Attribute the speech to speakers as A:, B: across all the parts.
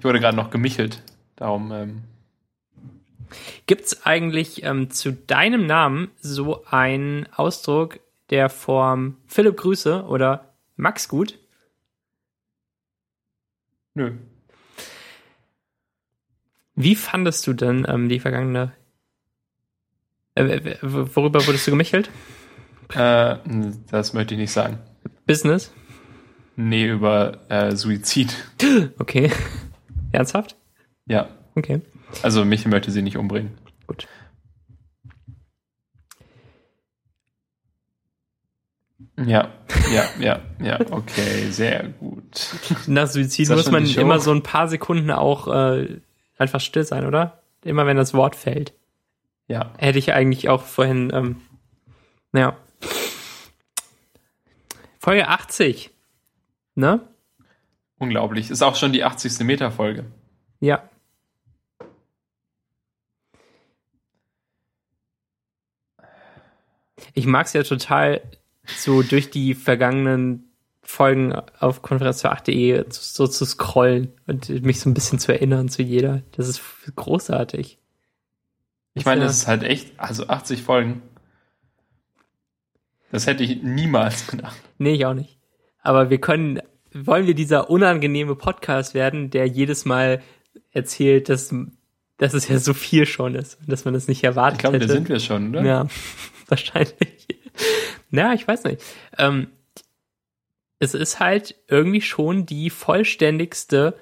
A: wurde gerade noch gemichelt. Darum. Ähm.
B: Gibt es eigentlich ähm, zu deinem Namen so einen Ausdruck der Form Philipp Grüße oder Max gut?
A: Nö.
B: Wie fandest du denn ähm, die vergangene. Äh, worüber wurdest du gemächelt?
A: Äh, das möchte ich nicht sagen.
B: Business?
A: Nee, über äh, Suizid.
B: Okay. Ernsthaft?
A: Ja.
B: Okay.
A: Also mich möchte sie nicht umbringen.
B: Gut.
A: Ja, ja, ja, ja, okay, sehr gut.
B: Nach Suizid muss man immer so ein paar Sekunden auch äh, einfach still sein, oder? Immer wenn das Wort fällt.
A: Ja.
B: Hätte ich eigentlich auch vorhin, ähm, naja. Folge 80. Ne?
A: Unglaublich. Ist auch schon die 80. Meter-Folge.
B: Ja. Ich mag es ja total, so durch die vergangenen Folgen auf konferenz2.8.de so zu scrollen und mich so ein bisschen zu erinnern zu jeder. Das ist großartig.
A: Ich meine, das ist halt echt, also 80 Folgen. Das hätte ich niemals gedacht.
B: Nee, ich auch nicht. Aber wir können, wollen wir dieser unangenehme Podcast werden, der jedes Mal erzählt, dass, dass es ja so viel schon ist und dass man das nicht erwartet
A: Ich glaube, da
B: hätte.
A: sind wir schon, oder?
B: Ja, wahrscheinlich. Na, ich weiß nicht. Ähm, es ist halt irgendwie schon die vollständigste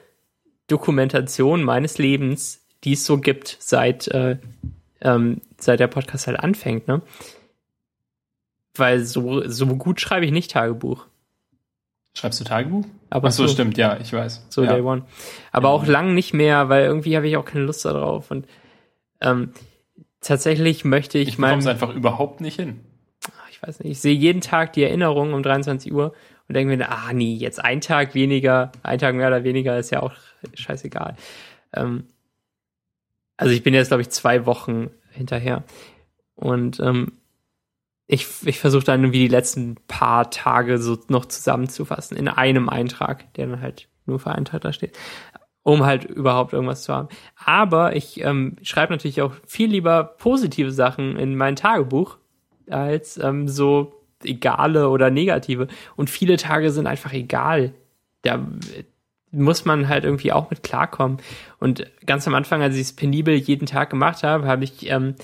B: Dokumentation meines Lebens, die es so gibt, seit, äh, ähm, seit der Podcast halt anfängt, ne? Weil so, so gut schreibe ich nicht Tagebuch.
A: Schreibst du Tagebuch?
B: Aber
A: Ach so,
B: so-
A: stimmt, ja, ich weiß.
B: So
A: ja.
B: Day One. Aber auch lang nicht mehr, weil irgendwie habe ich auch keine Lust darauf. Und ähm, tatsächlich möchte ich,
A: Ich
B: meinem-
A: komme es einfach überhaupt nicht hin.
B: Ah, ich weiß nicht, ich sehe jeden Tag die Erinnerung um 23 Uhr und denke mir, ah nee, jetzt ein Tag weniger, ein Tag mehr oder weniger ist ja auch scheißegal. Ähm, also ich bin jetzt, glaube ich, zwei Wochen hinterher. Und ähm, ich, ich versuche dann irgendwie die letzten paar Tage so noch zusammenzufassen in einem Eintrag, der dann halt nur für einen Tag da steht, um halt überhaupt irgendwas zu haben. Aber ich ähm, schreibe natürlich auch viel lieber positive Sachen in mein Tagebuch als ähm, so egale oder negative. Und viele Tage sind einfach egal. Da äh, muss man halt irgendwie auch mit klarkommen. Und ganz am Anfang, als ich es penibel jeden Tag gemacht habe, habe ich ähm,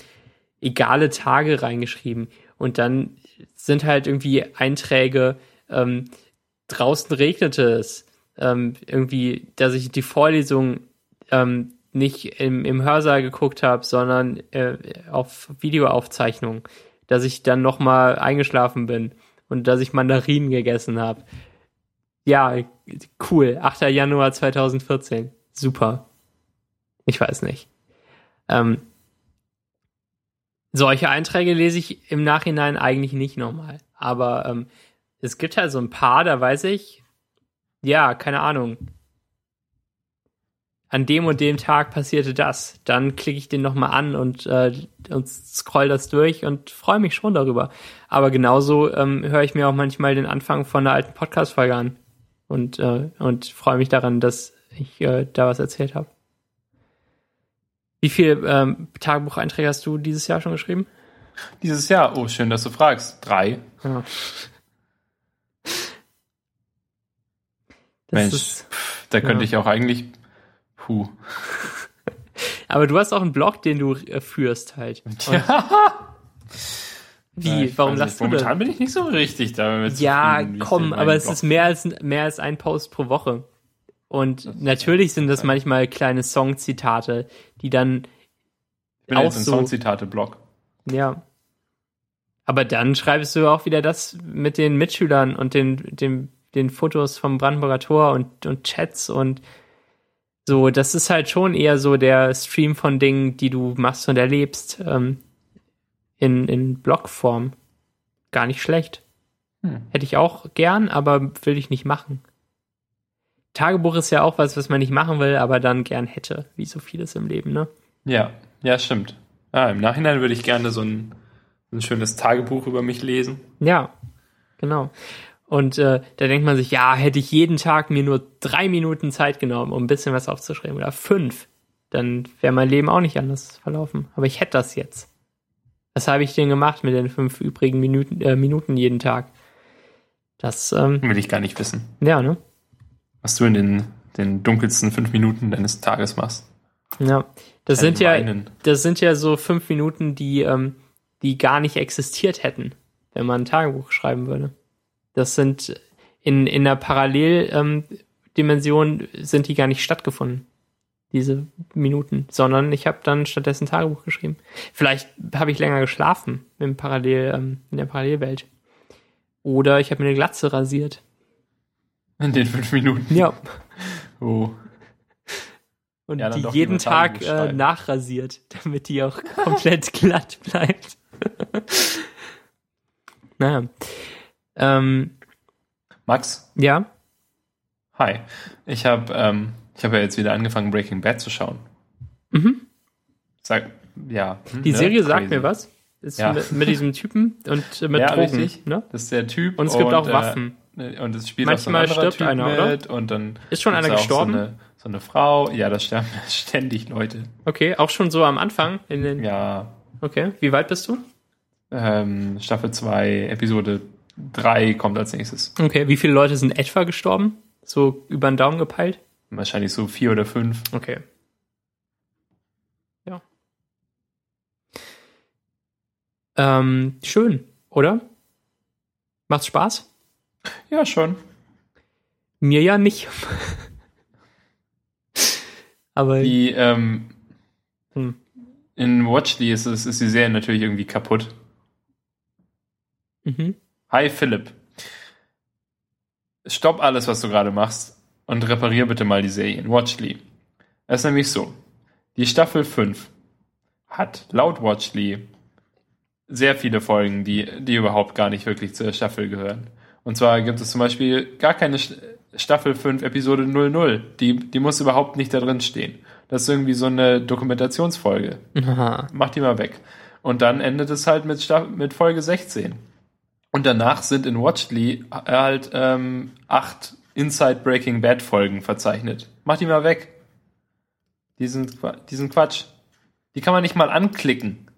B: egale Tage reingeschrieben. Und dann sind halt irgendwie Einträge, ähm, draußen regnete es, ähm, irgendwie, dass ich die Vorlesung ähm, nicht im, im Hörsaal geguckt habe, sondern äh, auf Videoaufzeichnung, dass ich dann nochmal eingeschlafen bin und dass ich Mandarinen gegessen habe. Ja, cool. 8. Januar 2014. Super. Ich weiß nicht. Ähm, solche Einträge lese ich im Nachhinein eigentlich nicht nochmal. Aber ähm, es gibt halt so ein paar, da weiß ich, ja, keine Ahnung. An dem und dem Tag passierte das. Dann klicke ich den nochmal an und, äh, und scroll das durch und freue mich schon darüber. Aber genauso ähm, höre ich mir auch manchmal den Anfang von einer alten Podcast-Folge an und, äh, und freue mich daran, dass ich äh, da was erzählt habe. Wie viele ähm, Tagebucheinträge hast du dieses Jahr schon geschrieben?
A: Dieses Jahr, oh, schön, dass du fragst. Drei.
B: Ja. Das
A: Mensch,
B: ist,
A: pff, da könnte
B: ja.
A: ich auch eigentlich. Puh.
B: aber du hast auch einen Blog, den du äh, führst halt. Und
A: Ja,
B: wie?
A: ich
B: warum
A: weiß nicht.
B: lachst du denn?
A: Momentan bin ich nicht so richtig damit.
B: Ja,
A: zufrieden, wie ich
B: komm,
A: denn
B: aber
A: meinen
B: es
A: Blog-
B: ist mehr als, mehr als ein Post pro Woche. Und natürlich sind das manchmal kleine Songzitate, die dann,
A: Ich bin
B: auch
A: jetzt im
B: so-
A: Songzitate-Blog.
B: ja. Aber dann schreibst du auch wieder das mit den Mitschülern und den, den, den Fotos vom Brandenburger Tor und, und Chats und so. Das ist halt schon eher so der Stream von Dingen, die du machst und erlebst, ähm, in, in Blogform. Gar nicht schlecht.
A: Hm.
B: Hätte ich auch gern, aber will ich nicht machen. Tagebuch ist ja auch was, was man nicht machen will, aber dann gern hätte, wie so vieles im Leben, ne?
A: Ja, ja, stimmt. Ah, Im Nachhinein würde ich gerne so ein, ein schönes Tagebuch über mich lesen.
B: Ja, genau. Und äh, da denkt man sich, ja, hätte ich jeden Tag mir nur drei Minuten Zeit genommen, um ein bisschen was aufzuschreiben oder fünf, dann wäre mein Leben auch nicht anders verlaufen. Aber ich hätte das jetzt. Was habe ich denn gemacht mit den fünf übrigen Minuten, äh, Minuten jeden Tag? Das, ähm,
A: Will ich gar nicht wissen.
B: ja, ne?
A: Was du in den, den dunkelsten fünf Minuten deines Tages machst.
B: Ja. Das
A: Ein
B: sind ja,
A: Weinen.
B: das sind ja so fünf Minuten, die, ähm, die gar nicht existiert hätten, wenn man ein Tagebuch schreiben würde. Das sind in, in der Paralleldimension ähm, Dimension sind die gar nicht stattgefunden, diese Minuten, sondern ich habe dann stattdessen ein Tagebuch geschrieben. Vielleicht habe ich länger geschlafen im Parallel, ähm, in der Parallelwelt. Oder ich habe mir eine Glatze rasiert.
A: In den fünf Minuten.
B: Ja.
A: Oh.
B: Und
A: Ja, dann
B: die
A: doch
B: jeden
A: lieber Tagebuch
B: Tag äh,
A: schreiben.
B: nachrasiert, damit die auch komplett glatt bleibt. naja. Ähm,
A: Max,
B: ja,
A: hi. Ich habe ähm, ich hab ja jetzt wieder angefangen, Breaking Bad zu schauen.
B: Mhm.
A: Sag, ja. hm,
B: die
A: ne?
B: Serie sagt
A: Crazy.
B: mir was. Ist
A: Ja.
B: mit, mit diesem Typen und äh, mit
A: ja,
B: Drogen.
A: richtig.
B: Ne?
A: Das ist der Typ.
B: Und es gibt auch
A: äh,
B: Waffen.
A: Und es spielt
B: Manchmal
A: auch so ein anderer
B: stirbt
A: typ
B: einer, oder?
A: mit und dann
B: Ist schon
A: gibt's
B: einer
A: auch
B: gestorben?
A: So eine, so eine Frau. Ja, da sterben ständig Leute.
B: Okay, auch schon so am Anfang. In den,
A: Ja,
B: Okay, wie weit bist du?
A: ähm, Staffel 2, Episode 3 kommt als nächstes.
B: Okay, wie viele Leute sind etwa gestorben? So über den Daumen gepeilt?
A: Wahrscheinlich so vier oder fünf.
B: Okay. Ja. Ähm, schön, oder? Macht's Spaß?
A: Ja, schon.
B: Mir ja nicht. Aber
A: Die, ähm,
B: Hm.
A: in Watchley ist, es, ist die Serie natürlich irgendwie kaputt.
B: mhm.
A: Hi Philipp. Stopp alles, was du gerade machst und reparier bitte mal die Serien. Watchly. Es ist nämlich so. Die Staffel 5 hat laut Watchly sehr viele Folgen, die, die überhaupt gar nicht wirklich zur Staffel gehören. Und zwar gibt es zum Beispiel gar keine Sch- Staffel 5 Episode 00. Die, die muss überhaupt nicht da drin stehen. Das ist irgendwie so eine Dokumentationsfolge.
B: Aha.
A: Mach die mal weg. Und dann endet es halt mit, Staff mit Folge 16. Und danach sind in Watchly halt ähm, acht Inside Breaking Bad Folgen verzeichnet. Mach die mal weg. Diesen, Qua- diesen Quatsch. Die kann man nicht mal anklicken.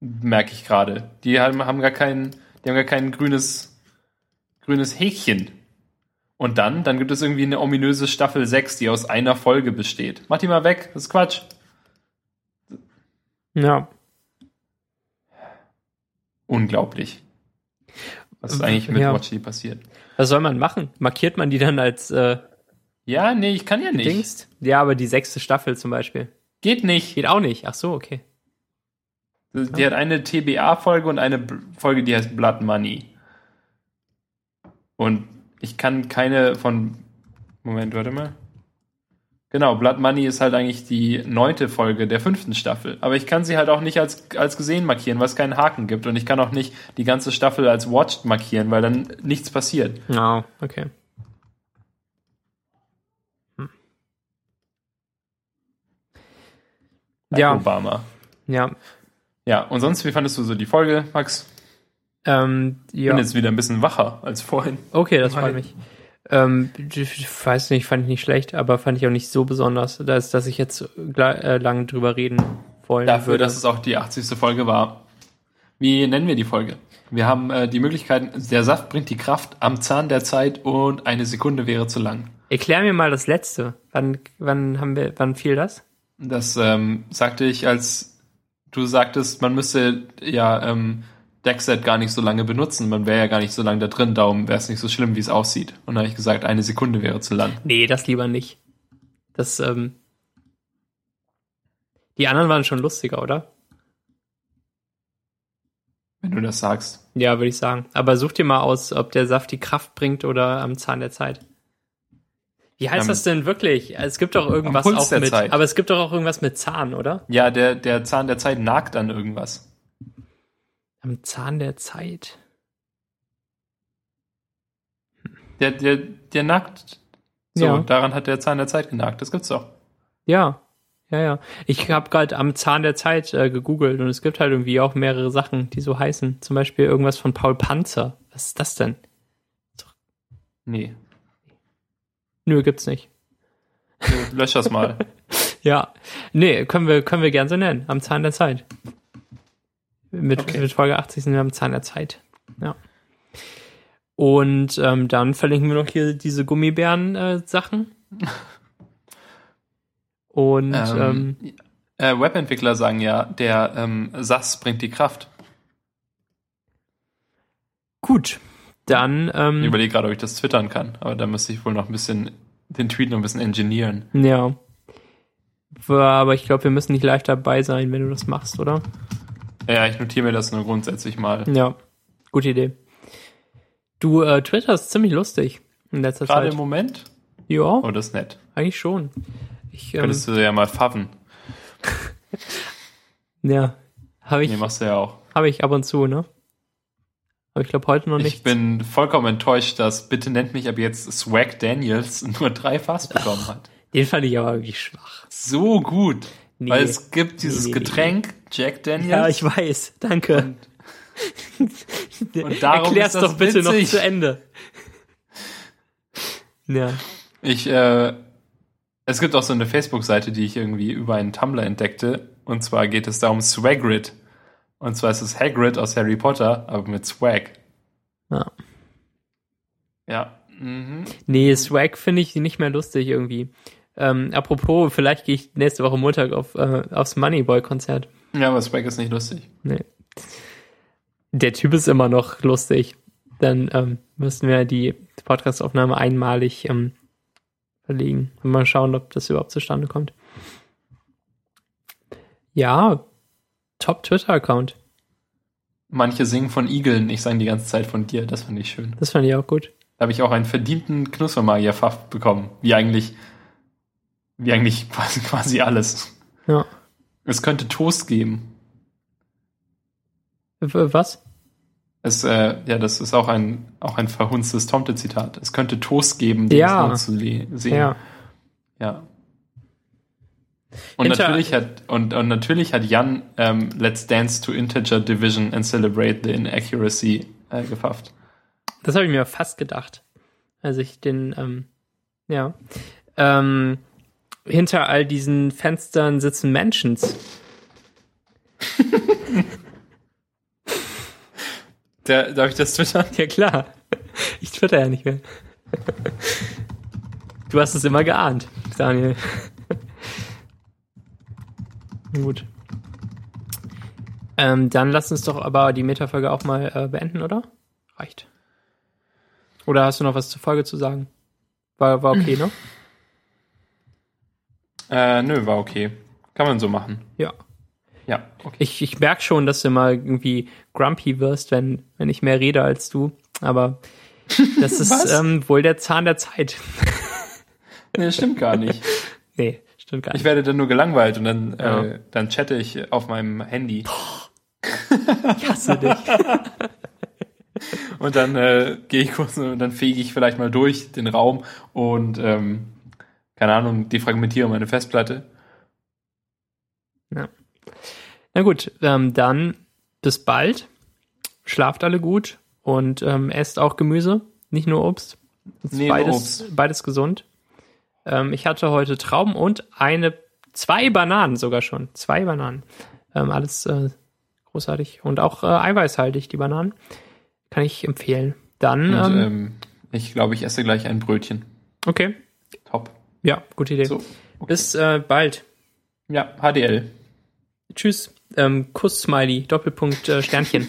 A: Merke ich gerade. Die haben, haben gar kein, die haben gar kein grünes, grünes Häkchen. Und dann, dann gibt es irgendwie eine ominöse Staffel 6, die aus einer Folge besteht. Mach die mal weg. Das ist Quatsch.
B: Ja.
A: Unglaublich. Was ist eigentlich mit
B: Äh, Ja.
A: Watchly passiert?
B: Was soll man machen? Markiert man die dann als äh,
A: Ja, nee, ich kann ja nicht.
B: Dings? Ja, aber die sechste Staffel zum Beispiel.
A: Geht nicht.
B: Geht auch nicht. Ach so, okay.
A: Die hat eine TBA-Folge und eine B- Folge, die heißt Blood Money. Und ich kann keine von. Moment, warte mal. Genau, Blood Money ist halt eigentlich die neunte Folge der fünften Staffel. Aber ich kann sie halt auch nicht als, als gesehen markieren, weil es keinen Haken gibt. Und ich kann auch nicht die ganze Staffel als watched markieren, weil dann nichts passiert.
B: Ja, okay. Hm.
A: Like
B: Ja,
A: Obama.
B: ja.
A: Ja, und sonst, wie fandest du so die Folge, Max?
B: Ähm,
A: Ich
B: ja.
A: bin jetzt wieder ein bisschen wacher als vorhin.
B: Okay, das
A: Weil-
B: freut mich. Ähm, ich weiß nicht, fand ich nicht schlecht, aber fand ich auch nicht so besonders, dass, dass ich jetzt gla- äh, lang drüber reden wollen
A: Dafür,
B: würde.
A: dass es auch die 80. Folge war. Wie nennen wir die Folge? Wir haben äh, die Möglichkeiten, der Saft bringt die Kraft am Zahn der Zeit und eine Sekunde wäre zu lang.
B: Erklär mir mal das letzte. Wann, wann haben wir, wann fiel das?
A: Das ähm, sagte ich, als du sagtest, man müsste ja ähm, Deckset gar nicht so lange benutzen. Man wäre ja gar nicht so lange da drin, darum wäre es nicht so schlimm, wie es aussieht. Und da habe ich gesagt, eine Sekunde wäre zu lang.
B: Nee, das lieber nicht. Das, ähm, die anderen waren schon lustiger, oder?
A: Wenn du das sagst.
B: Ja, würde ich sagen. Aber such dir mal aus, ob der Saft die Kraft bringt oder am Zahn der Zeit. Wie heißt
A: Am-
B: das denn wirklich? Es gibt doch irgendwas
A: Puls
B: auch
A: der
B: mit,
A: Zeit.
B: aber es gibt doch auch irgendwas mit Zahn, oder?
A: Ja, der, der Zahn der Zeit nagt an irgendwas.
B: Am Zahn der Zeit.
A: Der, der, der nagt. So,
B: Ja.
A: daran hat der Zahn der Zeit genagt. Das gibt's doch.
B: Ja, ja, ja. Ich habe gerade am Zahn der Zeit äh, gegoogelt und es gibt halt irgendwie auch mehrere Sachen, die so heißen. Zum Beispiel irgendwas von Paul Panzer. Was ist das denn? Ist doch
A: Nee.
B: Nö, gibt's nicht.
A: nee lösch das mal.
B: Ja. Nee, können wir, können wir gern so nennen. Am Zahn der Zeit. Mit,
A: Okay.
B: mit Folge 80 sind wir am Zahn der Zeit. Ja. Und ähm, dann verlinken wir noch hier diese äh, Gummibären-Sachen. Und ähm,
A: ähm, äh, Webentwickler sagen ja, der ähm, SAS bringt die Kraft.
B: gut, dann
A: Ich
B: ähm,
A: überlege gerade, ob ich das twittern kann, aber da müsste ich wohl noch ein bisschen den Tweet noch ein bisschen engineeren.
B: ja. War- Aber ich glaube, wir müssen nicht live dabei sein, wenn du das machst, oder?
A: Ja, ich notiere mir das nur grundsätzlich mal.
B: Ja, gute Idee. Du äh, twitterst ziemlich lustig in letzter
A: Gerade im
B: Zeit.
A: Moment?
B: Ja,
A: Oh, das ist nett.
B: eigentlich schon. Ich, ähm,
A: Könntest du ja mal faven.
B: ja, habe ich,
A: Nee, machst du ja auch.
B: hab ich ab und zu, ne? Aber ich glaube heute noch nicht.
A: Ich bin vollkommen enttäuscht, dass bitte nennt mich ab jetzt Swag Daniels nur drei Fass bekommen hat.
B: Den fand ich aber wirklich schwach.
A: So gut.
B: Nee.
A: Weil es gibt dieses
B: nee, nee,
A: Getränk, Jack Daniels.
B: Ja, ich weiß. Danke.
A: und darum
B: Erklär's
A: ist das
B: doch bitte noch
A: witzig.
B: zu Ende. Ja.
A: Ich, äh, es gibt auch so eine Facebook-Seite, die ich irgendwie über einen Tumblr entdeckte. Und zwar geht es da um Swagrid. Und zwar ist es Hagrid aus Harry Potter, aber mit Swag.
B: ja.
A: Ja. Mhm.
B: Nee, Swag finde ich nicht mehr lustig irgendwie. Ähm, apropos, vielleicht gehe ich nächste Woche Montag auf, äh, aufs Moneyboy-Konzert.
A: Ja, aber Swag ist nicht lustig.
B: Nee. Der Typ ist immer noch lustig. Dann ähm, müssen wir die Podcast-Aufnahme einmalig ähm, verlegen. Und mal schauen, ob das überhaupt zustande kommt. Ja, top Twitter-Account.
A: Manche singen von Igeln, ich sang die ganze Zeit von dir. Das fand ich schön.
B: Das fand ich auch gut.
A: Da habe ich auch einen verdienten Knuspermagier-Pfaff bekommen. Wie eigentlich, wie eigentlich quasi, quasi alles.
B: Ja.
A: Es könnte Toast geben.
B: W- Was?
A: Es, äh, ja, das ist auch ein, auch ein verhunztes Tomte-Zitat. Es könnte Toast geben, den
B: Ja.
A: es nur zu le- sehen.
B: Ja.
A: Ja. Und
B: Inter-
A: natürlich hat und, und natürlich hat Jan ähm, Let's Dance to Integer Division and Celebrate the Inaccuracy äh, gefafft.
B: Das habe ich mir fast gedacht. Als ich den, ähm, ja. Ähm, hinter all diesen Fenstern sitzen Menschen.
A: Der, darf ich das twittern?
B: Ja klar. Ich twitter ja nicht mehr. Du hast es immer geahnt, Daniel. Gut. Ähm, dann lass uns doch aber die Metafolge auch mal äh, beenden, oder? Reicht. Oder hast du noch was zur Folge zu sagen? War, war okay, ne?
A: Äh, nö, war okay. Kann man so machen.
B: Ja.
A: Ja, okay.
B: Ich, ich merke schon, dass du mal irgendwie grumpy wirst, wenn, wenn ich mehr rede als du. Aber das ist
A: Was?
B: ähm, wohl der Zahn der Zeit.
A: Nee, stimmt gar nicht.
B: Nee, stimmt gar nicht.
A: Ich werde dann nur gelangweilt und dann,
B: Ja.
A: äh, dann chatte ich auf meinem Handy.
B: Ich hasse dich.
A: Und dann äh, gehe ich kurz und dann fege ich vielleicht mal durch den Raum und ähm, keine Ahnung, defragmentiere meine Festplatte.
B: Na gut, ähm, dann bis bald. Schlaft alle gut und ähm, esst auch Gemüse, nicht nur Obst. Ist
A: Nee, nur
B: beides,
A: Obst.
B: beides gesund. Ähm, ich hatte heute Trauben und eine, zwei Bananen sogar schon. Zwei Bananen. Ähm, alles äh, großartig. Und auch äh, eiweißhaltig, die Bananen. Kann ich empfehlen. Dann,
A: Und
B: ähm,
A: ähm, ich glaube, ich esse gleich ein Brötchen.
B: okay.
A: Top.
B: Ja, gute Idee.
A: So. okay.
B: Bis äh, bald.
A: Ja, HDL.
B: Tschüss. Ähm, Kuss-Smiley, Doppelpunkt, äh, Sternchen.